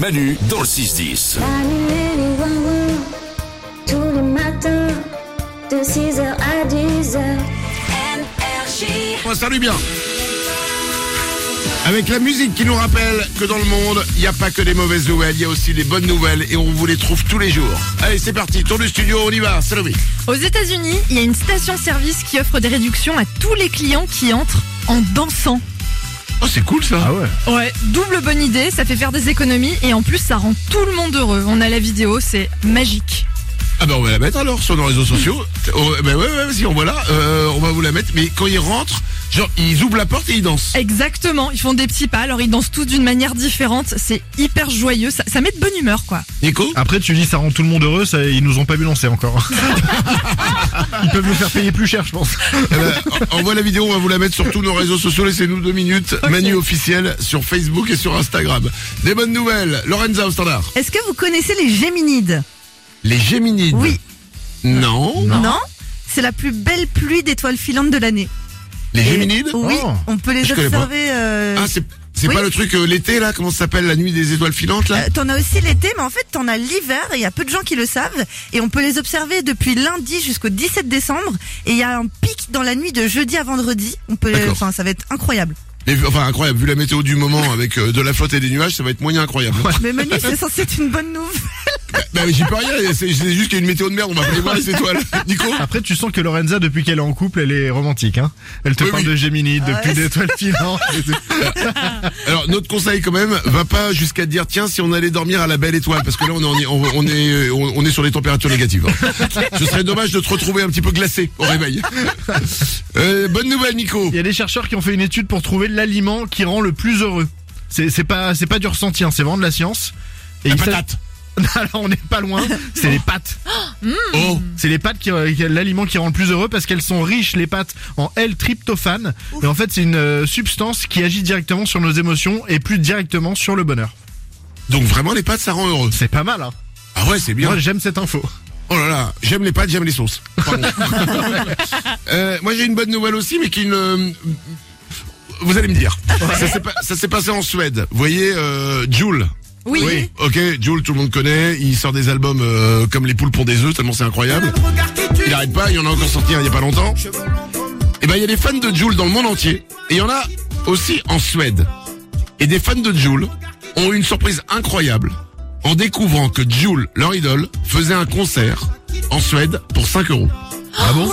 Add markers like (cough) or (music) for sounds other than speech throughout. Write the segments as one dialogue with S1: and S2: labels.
S1: Manu dans le 6-10.
S2: Manu et les Wawa, tous les matins, de 6h à 10h.
S3: On salue bien. Avec la musique qui nous rappelle que dans le monde, il n'y a pas que des mauvaises nouvelles, il y a aussi des bonnes nouvelles et on vous les trouve tous les jours. Allez, c'est parti, tour du studio, on y va, c'est le oui.
S4: Aux États-Unis, il y a une station-service qui offre des réductions à tous les clients qui entrent en dansant.
S3: Oh, c'est cool ça.
S5: Ah ouais
S4: Ouais, double bonne idée, ça fait faire des économies et en plus ça rend tout le monde heureux. On a la vidéo, c'est magique.
S3: Ah ben on va la mettre alors sur nos réseaux sociaux. Oh, ben ouais, ouais, vas-y, on va là, euh, on va vous la mettre. Mais quand ils rentrent, genre ils ouvrent la porte et ils dansent.
S4: Exactement, ils font des petits pas, alors ils dansent tous d'une manière différente, c'est hyper joyeux, ça, ça met de bonne humeur quoi.
S3: Nico
S5: Après, tu dis ça rend tout le monde heureux, ça, ils nous ont pas vu lancer (laughs) encore. ils peuvent nous faire payer plus cher, je pense.
S3: Eh ben, en- envoie la vidéo, on va vous la mettre sur tous nos réseaux sociaux. Laissez-nous deux minutes. Manu officiel sur Facebook et sur Instagram. Des bonnes nouvelles. Lorenza au standard.
S6: Est-ce que vous connaissez les Géminides
S3: Les Géminides.
S6: Oui.
S3: Non.
S6: C'est la plus belle pluie d'étoiles filantes de l'année.
S3: Les
S6: Et-
S3: Géminides
S6: Euh, Oui,
S5: Oh.
S6: on peut les
S3: Je connais pas.
S6: observer. euh,
S3: Ah, c'est c'est
S6: Oui.
S3: pas le truc euh, l'été là, comment ça s'appelle la nuit des étoiles filantes là
S6: euh, T'en as aussi l'été, mais en fait t'en as l'hiver, et il y a peu de gens qui le savent, et on peut les observer depuis lundi jusqu'au 17 décembre, et il y a un pic dans la nuit de jeudi à vendredi, on peut,
S3: D'accord.
S6: enfin ça va être incroyable.
S3: Mais vu- Enfin incroyable, vu la météo du moment avec euh, de la flotte et des nuages, ça va être moyen incroyable.
S6: Mais Menu, c'est censé être une bonne nouvelle.
S3: Bah, mais j'y peux rien, c'est c'est juste qu'il y a une météo de merde, on va pas aller voir
S6: (laughs)
S3: les étoiles. Nico
S5: Après, tu sens que Lorenza, depuis qu'elle est en couple, elle est romantique. Hein elle te
S3: Oui,
S5: parle
S3: oui.
S5: de Gemini, de
S6: Ah
S5: plus
S6: ouais.
S5: d'étoiles filantes. et tout.
S3: Alors notre conseil quand même, va pas jusqu'à te dire tiens si on allait dormir à la belle étoile parce que là on est on est on est, euh, on- on est sur les températures négatives. hein. Ce serait dommage de te retrouver un petit peu glacé au réveil. Euh, bonne nouvelle Nico.
S5: Il y a des chercheurs qui ont fait une étude pour trouver l'aliment qui rend le plus heureux. C'est c'est pas, c'est pas du ressenti, hein, c'est vraiment de la science. Et
S3: La
S5: ils savent- (laughs)
S3: patate.
S5: Ah, là, on n'est pas loin.
S3: (laughs)
S5: C'est les pâtes.
S6: Mm.
S3: Oh,
S5: C'est les pâtes qui, euh, qui- l'aliment qui rend le plus heureux parce qu'elles sont riches les pâtes en L-tryptophane. Et en fait, c'est une euh, substance qui agit directement sur nos émotions et plus directement sur le bonheur.
S3: donc vraiment les pâtes ça rend heureux.
S5: C'est pas mal. Hein
S3: Ah ouais, c'est bien.
S5: Moi, j'aime cette info.
S3: Oh là là, j'aime les pâtes, j'aime les sauces. Pardon. Euh, moi j'ai une bonne nouvelle aussi, mais qui ne... Vous allez me dire. Ça s'est pas- Ça s'est passé en Suède. Vous voyez, euh, Jules.
S4: Oui.
S3: Ok, Jules, tout le monde connaît. Il sort des albums euh, comme les poules pour des œufs, tellement c'est incroyable. Il n'arrête pas, il y en a encore sorti un il y a pas longtemps. Et ben il y a des fans de Jules dans le monde entier. Et il y en a aussi en Suède. Et des fans de Jules ont eu une surprise incroyable en découvrant que Jules, leur idole, faisait un concert en Suède pour 5 euros. Ah bon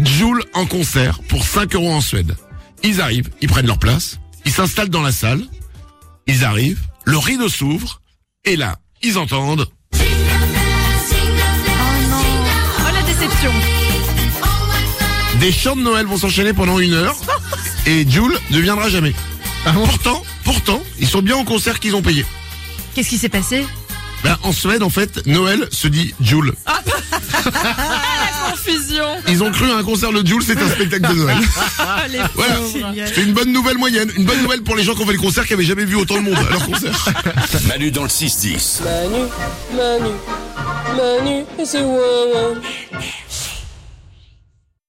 S3: Jules en concert pour 5 euros en Suède. Ils arrivent, ils prennent leur place, ils s'installent dans la salle, ils arrivent, le rideau s'ouvre, et là, ils entendent.
S4: Oh la déception.
S3: Des chants de Noël vont s'enchaîner pendant une heure et Jules ne viendra jamais. Pourtant, pourtant, ils sont bien en concert qu'ils ont payé.
S4: Qu'est-ce qui s'est passé
S3: Ben, en Suède, en fait, Noël se dit Jules.
S4: Confusion.
S3: Ils ont cru à un concert de Jules, c'est un spectacle de Noël. Voilà. C'est une bonne nouvelle moyenne. Une bonne nouvelle pour les gens qui ont fait le concert qui n'avaient jamais vu autant de monde à leur concert.
S1: Manu dans le 6-10.
S7: Manu, Manu, Manu, c'est waouh.